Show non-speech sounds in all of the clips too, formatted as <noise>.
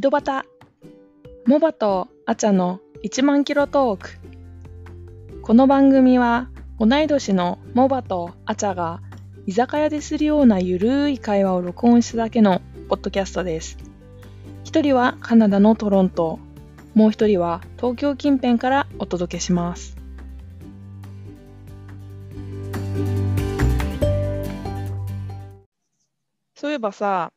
ドバタモバとアチャの1万キロトークこの番組は同い年のモバとアチャが居酒屋でするようなゆるい会話を録音しただけのポッドキャストです一人はカナダのトロントもう一人は東京近辺からお届けしますそういえばさ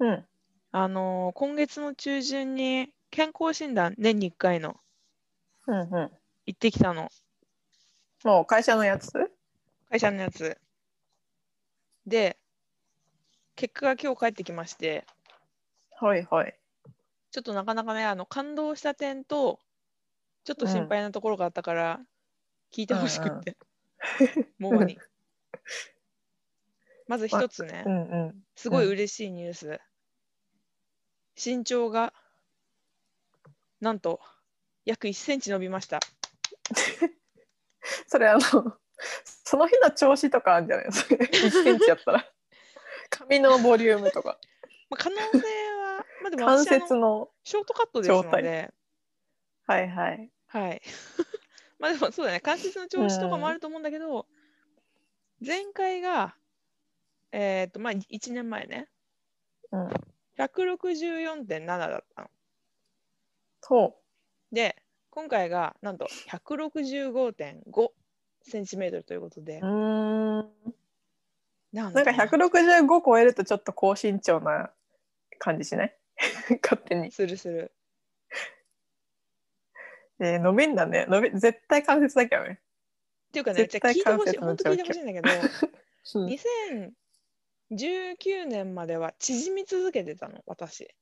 うん。あのー今月の中旬に健康診断年に1回のうんうん。行ってきたのもう会社のやつ会社のやつで結果が今日返ってきましてはいはい。ちょっとなかなかねあの感動した点とちょっと心配なところがあったから聞いてほしくって、もう <laughs> にまず一つねうんうん。すごい嬉しいニュース身長がなんと約1センチ伸びましたそれあの、その日の調子とかあるんじゃないですか。1センチやったら。髪のボリュームとか、まあ、可能性は、まあ、でも関私あ節のの。ショートカットですの状で、はいはい。はい。 <laughs> まあでもそうだね、関節の調子とかもあると思うんだけど、前回が、えっ、と、まあ1年前ね、うん。 164.7だったの。と、で、今回がなんと165.5センチメートルということでう、ーん。なんなんかだろう165超えるとちょっと高身長な感じしない <laughs> 勝手に。するする。えー伸びんだね。伸び、絶対関節だけどね。っていうかね、じゃ絶あ対聞いてほしい、関節の本当聞いてほしいんだけど、うん2019年までは縮み続けてたの、私。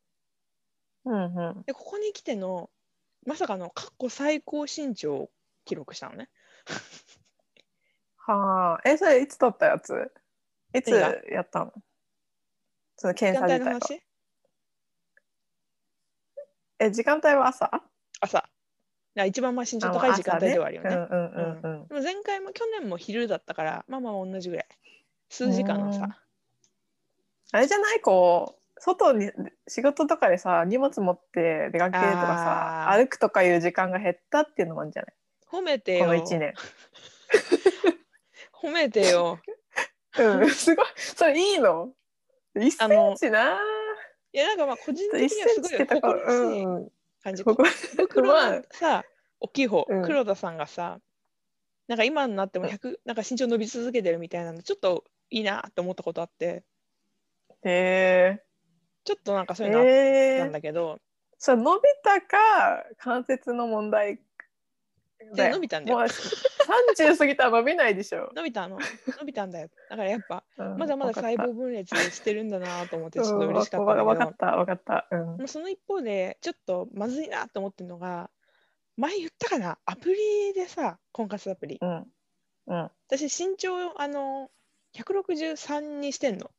うんうん。でここに来てのまさかの過去最高身長を記録したのねはあ。え、それいつ撮ったやついつ何がやったのその検団査体自の体は。話え、時間帯は朝朝だから一番まあ身長高い時間帯ではあるよねうんうんうんうん。でも前回も去年も昼だったからまあまあ同じぐらい数時間のうさんあれじゃないこう外に仕事とかでさ荷物持って出かけるとかさあー歩くとかいう時間が減ったっていうのもあるんじゃない褒めてこよの1年。 <laughs> 褒めてよ <laughs> うん、すごいそれいいの ?1 セあのンチないやなんかまあ個人的1にセはすンごチいってとこ心ろ、う地いいんうん、感じ、ここ福袋まのあさ大きい方、うん黒田さんがさなんか今になってもうん100なんか身長伸び続けてるみたいなのちょっといいなって思ったことあってへちょっとなんかえそういうのあっへたんえだけど、それ伸びたか関節の問題で伸びたんだよもう30過ぎたら伸びないでしょ、伸びたの伸びたんだよだからやっぱうんまだまだわかった細胞分裂してるんだなと思ってうんちょっと嬉しかったんだわけど、わかったわかった、うんもうその一方でちょっとまずいなと思ってるのが前言ったかなアプリでさ婚活アプリうんうん、私身長あの163にしてんの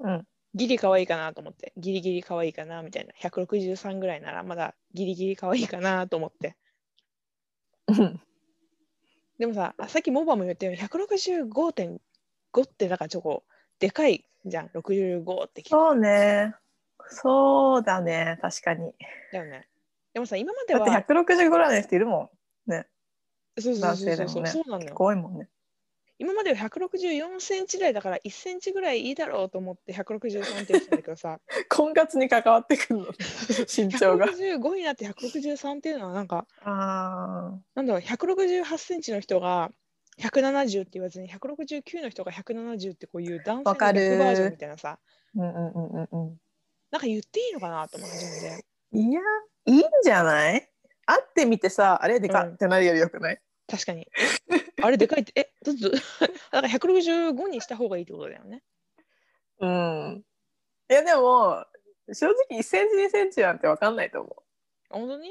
うん、ギリ可愛いかなと思ってギリギリ可愛いかなみたいな163ぐらいならまだギリギリ可愛いかなと思ってうんでもさあさっきモバも言ったように165.5ってなんかちょっとこうでかいじゃん65って聞くそうね。そうだね、確かに。だよね。でもさ、今までだっはて、160ぐらいの人いるもそうそうそうそう男そ性でう、もね。そうなんの結よ。構多いもんね。今までは164センチ台だから1センチぐらいいいだろうと思って163って言ってたんだけど <laughs> さ、婚活に関わって <laughs> くるの。身長が。 165になって163っていうのはなんか、ああ。なんだろう、168センチの人が170って言わずに169の人が170ってこういう男性のわかる逆バージョンみたいなさ、うんうんうんうんうなんか言っていいのかなと思って自分で。ん。いや、いいんじゃない会ってみてさ、あれでかうんってなるよりよくない、確かに。えあれでかいって、え、どっ <laughs> ちだから165にした方がいいってことだよね。うん、いや、でも、正直1センチ2センチなんてわかんないと思本当に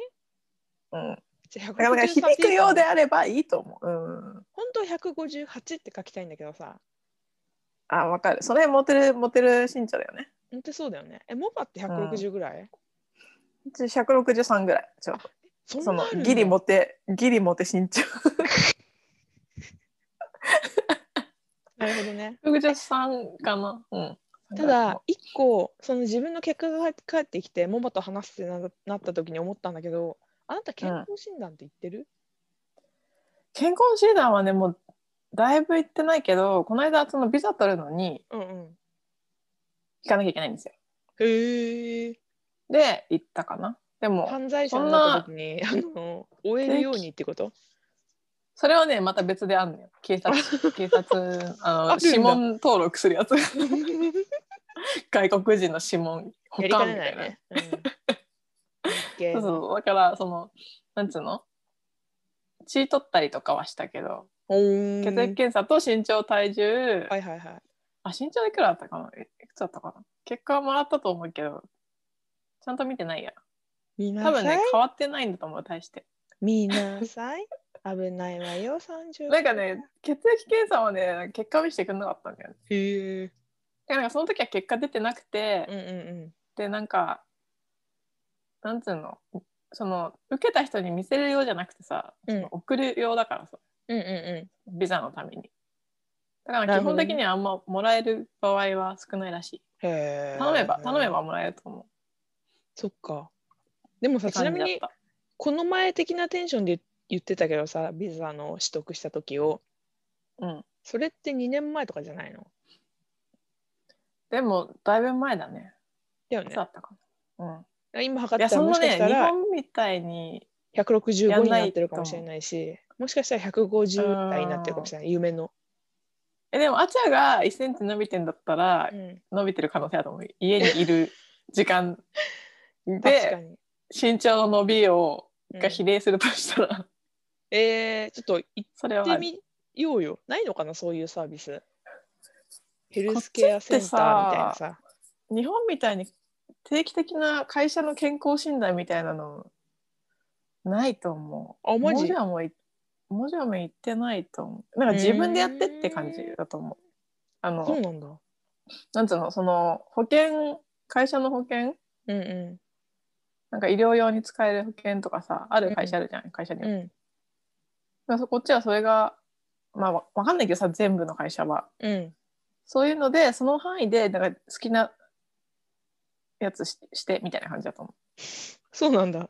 う。うん。じゃあだからなんか響くよう163であればいいと思う。うん。本当は158って書きたいんだけどさ、あ、わかる。その辺モテる、モテる身長だよね。本当そうだよね。え、モバって160ぐらい、うち163ぐらい、ちょうどそんそなあのるギリモテギリモテ身長なるほどね。 163かなうんただ一個その自分の結果が返ってきてモバと話すってななった時に思ったんだけどあなた健康診断って言ってる、健康診断はねもうだいぶ行ってないけどこの間そのビザ取るのにうん、うん行かなきゃいけないんですよへえで行ったかなでも犯罪者になった時にあの終えるようにって <laughs> ことそれはねまた別であんのよ警 <laughs> 察警察ああるのんだ指紋登録するやつ <laughs> 外国人の指紋保やりか管ねみなたいいなね、うん OK そうそうだからそのなんつうの血取ったりとかはしたけどおー血液検査と身長体重、はいはいはいあ身長いくらだったかなえいくつだったかな結果はもらったと思うけどちゃんと見てないや見な多分さいね変わってないんだと思う大して見なさい危ないわよ30なんかね血液検査はね結果見せてくれなかったんだよねへえだからなんかその時は結果出てなくて、うんうんでなんかなんつうのその受けた人に見せるようじゃなくてさ、うんその送る用だからさうんうんうビザのためにだかならる基ほど本ね的にはあんまもらえる場合は少ないらしいんへえ頼めば頼めばもらえると思うそっかでもさってちな感みじだっにたこの前的なテンションで言ってたけどさビザの取得した時をうんそれって2年前とかじゃないのでもだいぶ前だねだよいつねだったかな今う測んいやったらそんもなしかねし日たら本みたいに165にやんなないってるかもしれないしもしかしたら150代になってるかもしれない夢の、えでもアチャが1センチ伸びてんだったらうん伸びてる可能性あると思う家にいる時間 <laughs> 確かでに、身長の伸びをうんが比例するとしたら、えー、ちょっと行それはっあてるみようよないのかなそういうサービスヘこルっちスケアセンターみたいなってさ日本みたいに定期的な会社の健康診断みたいなのないと思うあマジもじゃもいもじゃも行ってないと思うなんか自分でやってって感じだと思うあのそうなんだなんつうのその保険会社の保険うんうなんか医療用に使える保険とかさある会社あるじゃん、会社にんうんだからこっちはそれがまあわわかんないけどさ全部の会社はうんそういうのでその範囲でなんか好きなやつししてみたいな感じだと思そうなんだ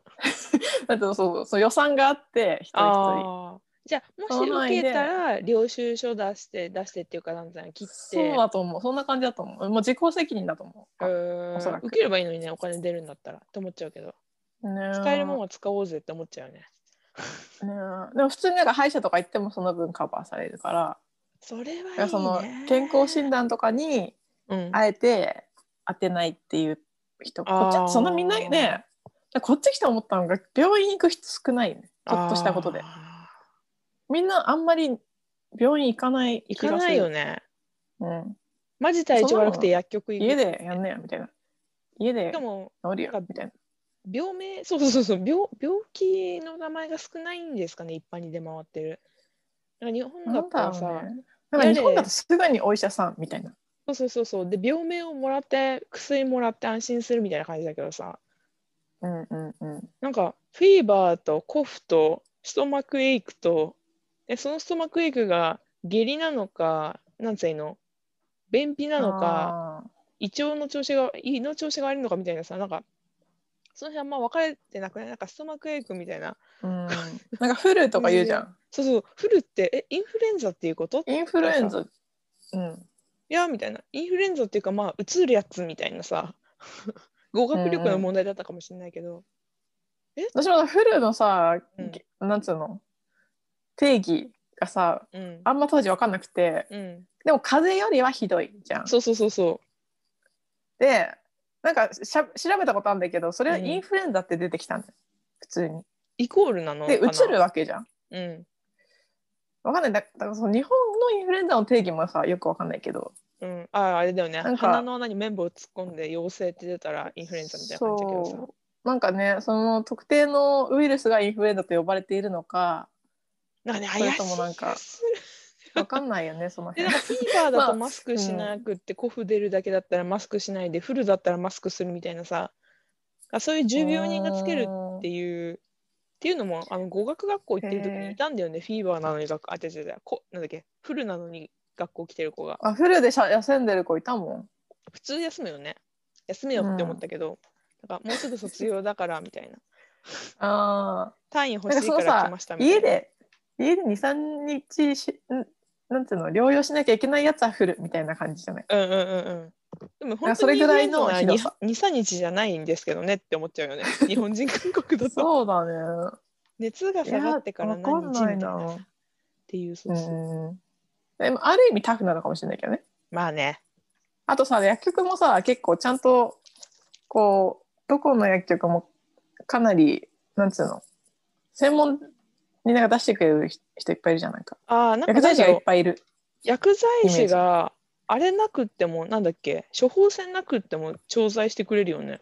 <laughs> うだってそうそう予算があって一人一人ああじゃあもそしの範囲受でけたら領収書出して出してっていうかなんじゃない切ってそうだと思うそんな感じだと思うもう自己責任だと思う、うーんおそらく受ければいいのにねお金出るんだったらと思っちゃうけどねえ使えるもんは使おうぜって思っちゃうよねねえでも普通になんか歯医者とか行ってもその分カバーされるからそれはいいだからそのね健康診断とかにうんあえて当てないっていう人あーこっちはそんなみんなねこっち来て思ったのが病院行く人少ないねちょっとしたことであみんなあんまり病院行かないー行気がすかるないよねうん、マジ体調悪くて薬局行く家でやんねやみたいな家でしかも治るよなんかみたいな病名そうそうそうそう病病気の名前が少ないんですかね一般に出回ってるなんか日本だなんっただらろさ、うねなんか日本だとすぐにお医者さんみたいなそうそうそうそうで病名をもらって薬もらって安心するみたいな感じだけどさうんうんうんなんかフィーバーとコフとストマクエイクとえそのストマクエイクが下痢なのかなんつうの便秘なのかあー胃腸の調子が胃の調子が悪いのかみたいなさなんかその辺あんま分かれてなくないなんかストマクエイクみたいなうん、 <laughs> なんかフルとか言うじゃん、そうそうフルってえインフルエンザっていうことインフルエンザうんいやみたいなインフルエンザっていうかまあうつるやつみたいなさ <laughs> 語学力の問題だったかもしれないけど、私もフルのさ、うんげなんつうの定義がさうんあんま当時分かんなくてうん、でも風邪よりはひどいじゃん。そうそうそうそでなんかしゃ調べたことあるんだけどそれはうんインフルエンザって出てきたんだよ普通に。うイコールなのでかうなつるわけじゃん。うん分かんないだだからその日本のインフルエンザの定義もさよく分かんないけどうん、あああれだよねなんか鼻の穴に綿棒を突っ込んで陽性って出たらインフルエンザみたいな感じだけどさそうなんかねその特定のウイルスがインフルエンザと呼ばれている <laughs> のかなんかねそ怪れしともいなんか気がする分かんないよねそので辺なん。かフィーバーだまとあマスクしなくって、コフ出るだけだったらマスクしないでフルだったらマスクするみたいなさあそういう重病人がつけるっていうっていうのもあの語学学校行ってる時へにーいたんだよねフィーバーなのに学校あ違う違う違うこなんだっけフルなのに学校来てる子があフルでしゃ休んでる子いたもん。普通休むよね休めよって思ったけど、なんかもうすぐ卒業だからみたいなあ単位欲なんかしいそかのらさ来ましたみたいな家で家で23日しんなんていうの療養しなきゃいけないやつは降るみたいな感じじゃないうんうんうんうんでも本そ当れにぐらいのフレンド広なさ23日じゃないんですけどねって思っちゃうよね日本人韓国だとそうだね熱がい下やがってから何日みわかんたないいななさっていうそううそう、んでもある意味タフなのかもしれないけどねまあねあとさ薬局もさ結構ちゃんとこうどこの薬局もかなりなんつうの専門になんか出してくれる人いっぱいいるじゃんないかああなんか薬剤師がいっぱいいる薬剤師があれなくってもなんだっけ処方箋なくっても調剤してくれるよね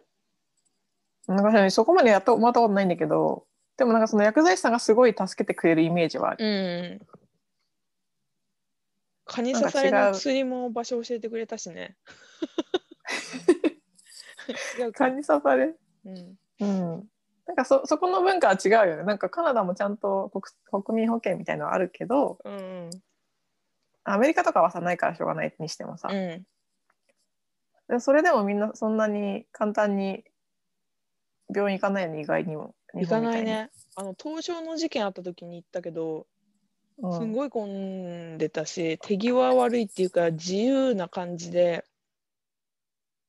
なんかそこまでやったもらったことないんだけどでもなんかその薬剤師さんがすごい助けてくれるイメージはある、うん蚊になん刺かされの違う薬も場所教えてくれたしね違うか、感じさされうん、うんなんかそそこの文化は違うよねなんかカナダもちゃんと国国民保険みたいのはあるけどうんうんアメリカとかはさないからしょうがないにしてもさ、うんでもそれでもみんなそんなに簡単に病院行かないよね意外にも行かない、日ねあの東証の事件あった時に行ったけど本すみたいにごい混んでたし手際悪いっていうか自由な感じで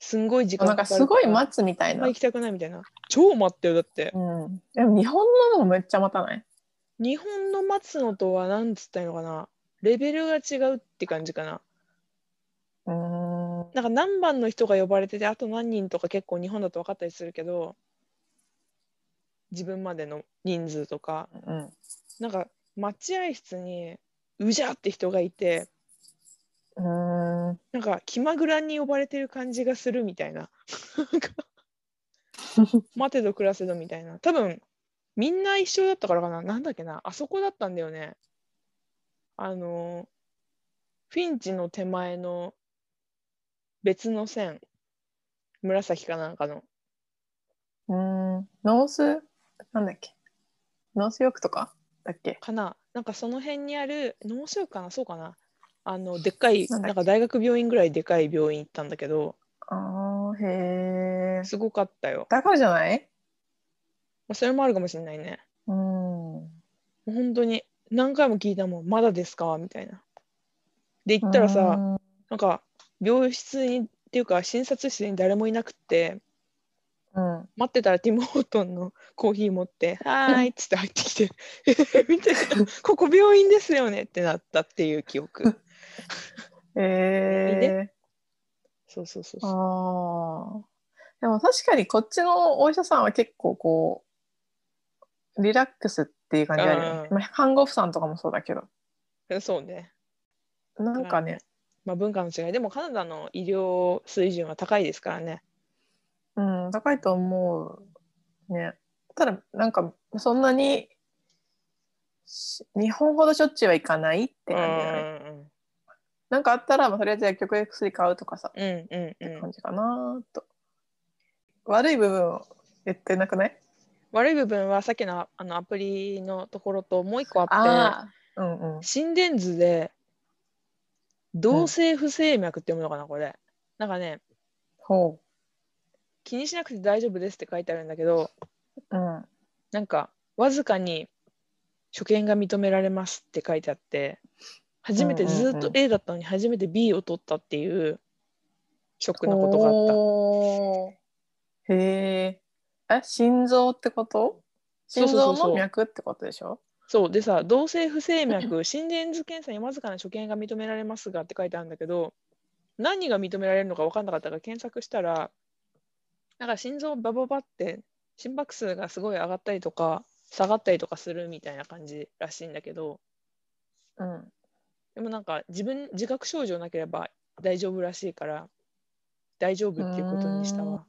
すんごい時うん、間なんかすごい待つみたあいんな、まう行きたくないみたいな超待ってよだってん、でも日本のもめっちゃ待たない日本の待つのとはなんつったらいいのかなレベルが違うって感じかなうーんなんか何番の人が呼ばれててあと何人とか結構日本だと分かったりするけど自分までの人数とかうんなんか待合室にうじゃって人がいてうーんなんか気まぐらに呼ばれてる感じがするみたい <laughs> ななんか待てど暮らせどみたいな多分みんな一緒だったからかななんだっけなあそこだったんだよねあのフィンチの手前の別の線紫かなんかのうーんノースなんだっけノースヨークとかだっけかななんかその辺にある脳腫瘍かなそうかなあのでっかいなんだっけなんか大学病院ぐらいでかい病院行ったんだけどあーへえすごかったよだからじゃないまあそれもあるかもしれないねうんもう本当に何回も聞いたもんまだですかみたいな。で行ったらさうなんか病室にっていうか診察室に誰もいなくってーんうん待ってたらティム・ホートンの <laughs> コーヒー持って「はーい」っつって入ってきて <laughs> 「えへへみたいな「ここ病院ですよね」ってなったっていう記憶えそうそうそうー、そうあーでも確かにこっちのお医者さんは結構こうリラックスっていう感じあるよね、うまあ、看護婦さんとかもそうだけどえそうね、なんかね、まあ、文化の違いでもカナダの医療水準は高いですからねうん、高いと思うねただなんかそんなにし日本ほどしょっちゅうはいかないって感じだねうんなんかあったら、まあ、とりあえず薬局で薬買うとかさうんうんうん感じかなと悪い部分を言ってなくない悪い部分はさっきのあのアプリのところともう一個あってああうんうん心電図で同性不整脈って読むのかな、これなんかねほ気にしなくて大丈夫ですって書いてあるんだけどううんなんかわずかに所見が認められますって書いてあって初めてうんうんうんずっと A だったのに初めて B を取ったっていうショックなことがあったおーへええ心臓ってことそう心そうそうそう臓の脈ってことでしょそうでさ同性不整脈心電図検査にわずかな所見が認められますがって書いてあるんだけど何が認められるのか分かんなかったから検索したらなんか心臓バババって心拍数がすごい上がったりとか下がったりとかするみたいな感じらしいんだけどうんでもなんか自分自覚症状なければ大丈夫らしいから大丈夫っていうことにしたわ。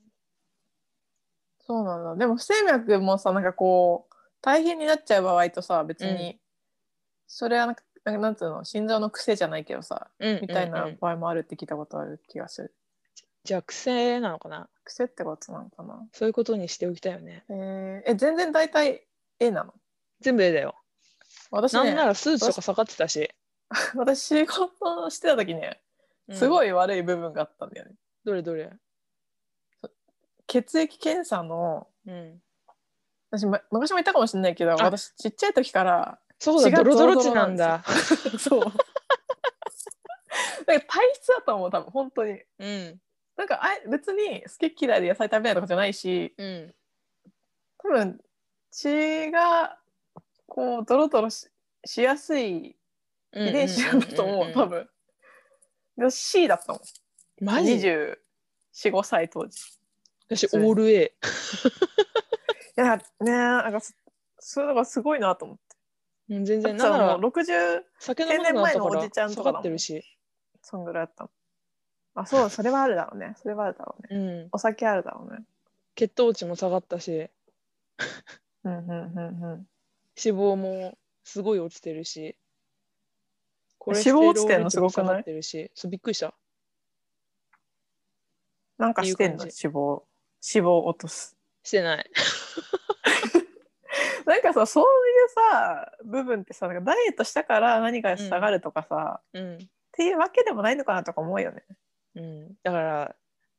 そうなんだでも不整脈もさなんかこう大変になっちゃう場合とさ別に、それはなんかなんつうの心臓の癖じゃないけどさうんうんうんみたいな場合もあるって聞いたことある気がする、じゃあ癖なのかな癖ってことなのかなそういうことにしておきたいよね。えーえ全然大体 A なの全部 A だよ。私なんねなら数値とか下がってたし。 <laughs> 私仕事してた時ねうんすごい悪い部分があったんだよね、どれどれ血液検査のうん。私、ま、昔も言ったかもしれないけど私ちっちゃい時からそうだ、血ドがロドロゾ地ロゾロななんんですよだ。 <laughs> そうだから体質だと思う多分本当にうん。なんかあ別に好き嫌いで野菜食べないとかじゃないしうん。多分血がこうドロドロししやすい遺伝子なんだと思う多分で C だったもんマジ2 4 5歳当時い私、オール A。やねなんかそそういうのがすごいなと思ってうん全然、あなとんなはらもう60酒飲まなくなった定年前のおじちかゃらんと下かだもんがってるし。そんぐらいだったもんあそうそれはあるだろうねそれはあるだろうねうん。お酒あるだろうね血糖値も下がったし、うんうんうんうん脂肪もすごい落ちてるし。こ脂肪落ちてんのすごくないってるし、そうびっくりした。なんかしてんのってい脂う肪脂肪落とすしてない。なんかさそういうさ部分ってさなんかダイエットしたから何か下がるとかさ、うん。っていうわけでもないのかなとか思うよねうん、だから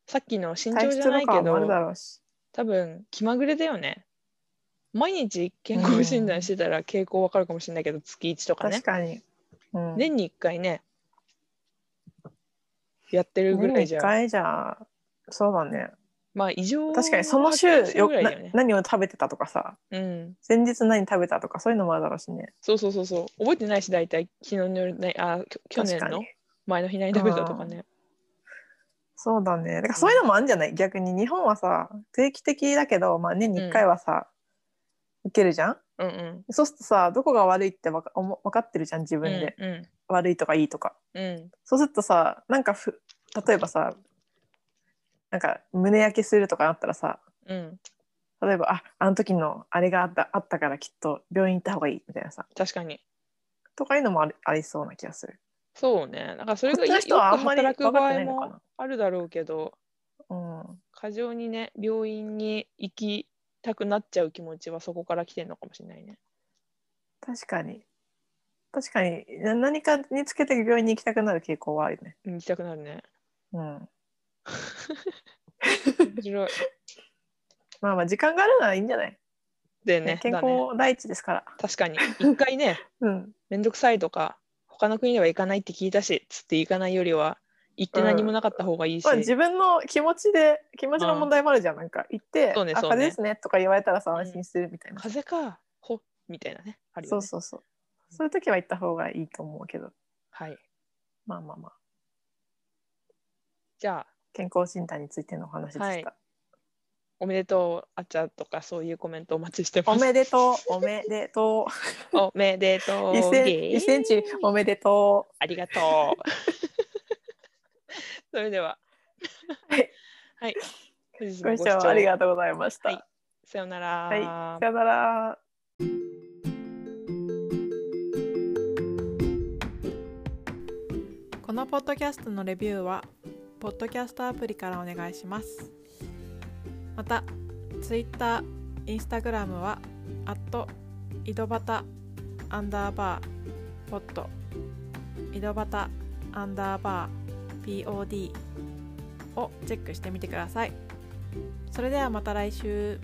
さっきの身体長じ質ゃないとけかもあるだどろうし多分気まぐれだよね毎日健康診断してたら傾向わかるかもしれないけど、月1とかね確かに、うん、年に1回ねやってるぐらいじ年に一ゃ回じゃそうだねまあ異常確かにその週は発症よ、ぐらいだよなね何を食べてたとかさうん前日何食べたとかそういうのもあるだろうしねそうそうそうそう覚えてないし大体昨日の夜ないあきょ去年確かのに前の日何食べたとかねそうだねだからそういうのもあるんじゃない逆に日本はさ定期的だけど、まあ、年に1回はさ、受けるじゃんうんうんそうするとさどこが悪いってわかおも分かってるじゃん自うん分で、う悪いとかいいとかんうんそうするとさなんかふ例えばさなんか胸焼けするとかあったらさうん例えばああの時のあれがあったあったからきっと病院行った方がいいみたいなさ確かにとかいうのもありありそうな気がする、そうねだからそれこがっちのよ人はあくんまり働く分場かっ合てないのかなもあるだろうけどうん、過剰にね病院に行きたくなっちゃう気持ちはそこから来てるのかもしれないね。確かに確かにな何かにつけて病院に行きたくなる傾向はあるねうん行きたくなるね。うん面白い。まあまあ時間があるならいいんじゃない、でね健だ康ね第一ですから、確かに一回ね <laughs> うんめんどくさいとか他の国では行かないって聞いたしつって行かないよりは行って何もなかった方がいいし、まあ、自分の気持ちで気持ちの問題もあるじゃん、なんか行って「そうねあそうね風邪ですね」とか言われたらさうん安心するみたいな、風邪かほみたいなねあるそようね。そうそうそういう時は行った方がいいと思うけどはい。まあまあまあじゃあ健康診断についてのお話でした、はいおめでとうあっちゃとかそういうコメントお待ちしてまおす。めでとうおめでとう <laughs> おめでとう。 1センゲイ1センチおめでとありがとう。 <laughs> それでは。はい。はい。本日うもごご視視聴聴ありがとうございました、はいさようなら。はい、さよなら。このポッドキャストのレビューはポッドキャストアプリからお願いしますまた Twitter、Instagram は井戸端アンダーバーポッド井戸端アンダーバー POD をチェックしてみてくださいそれではまた来週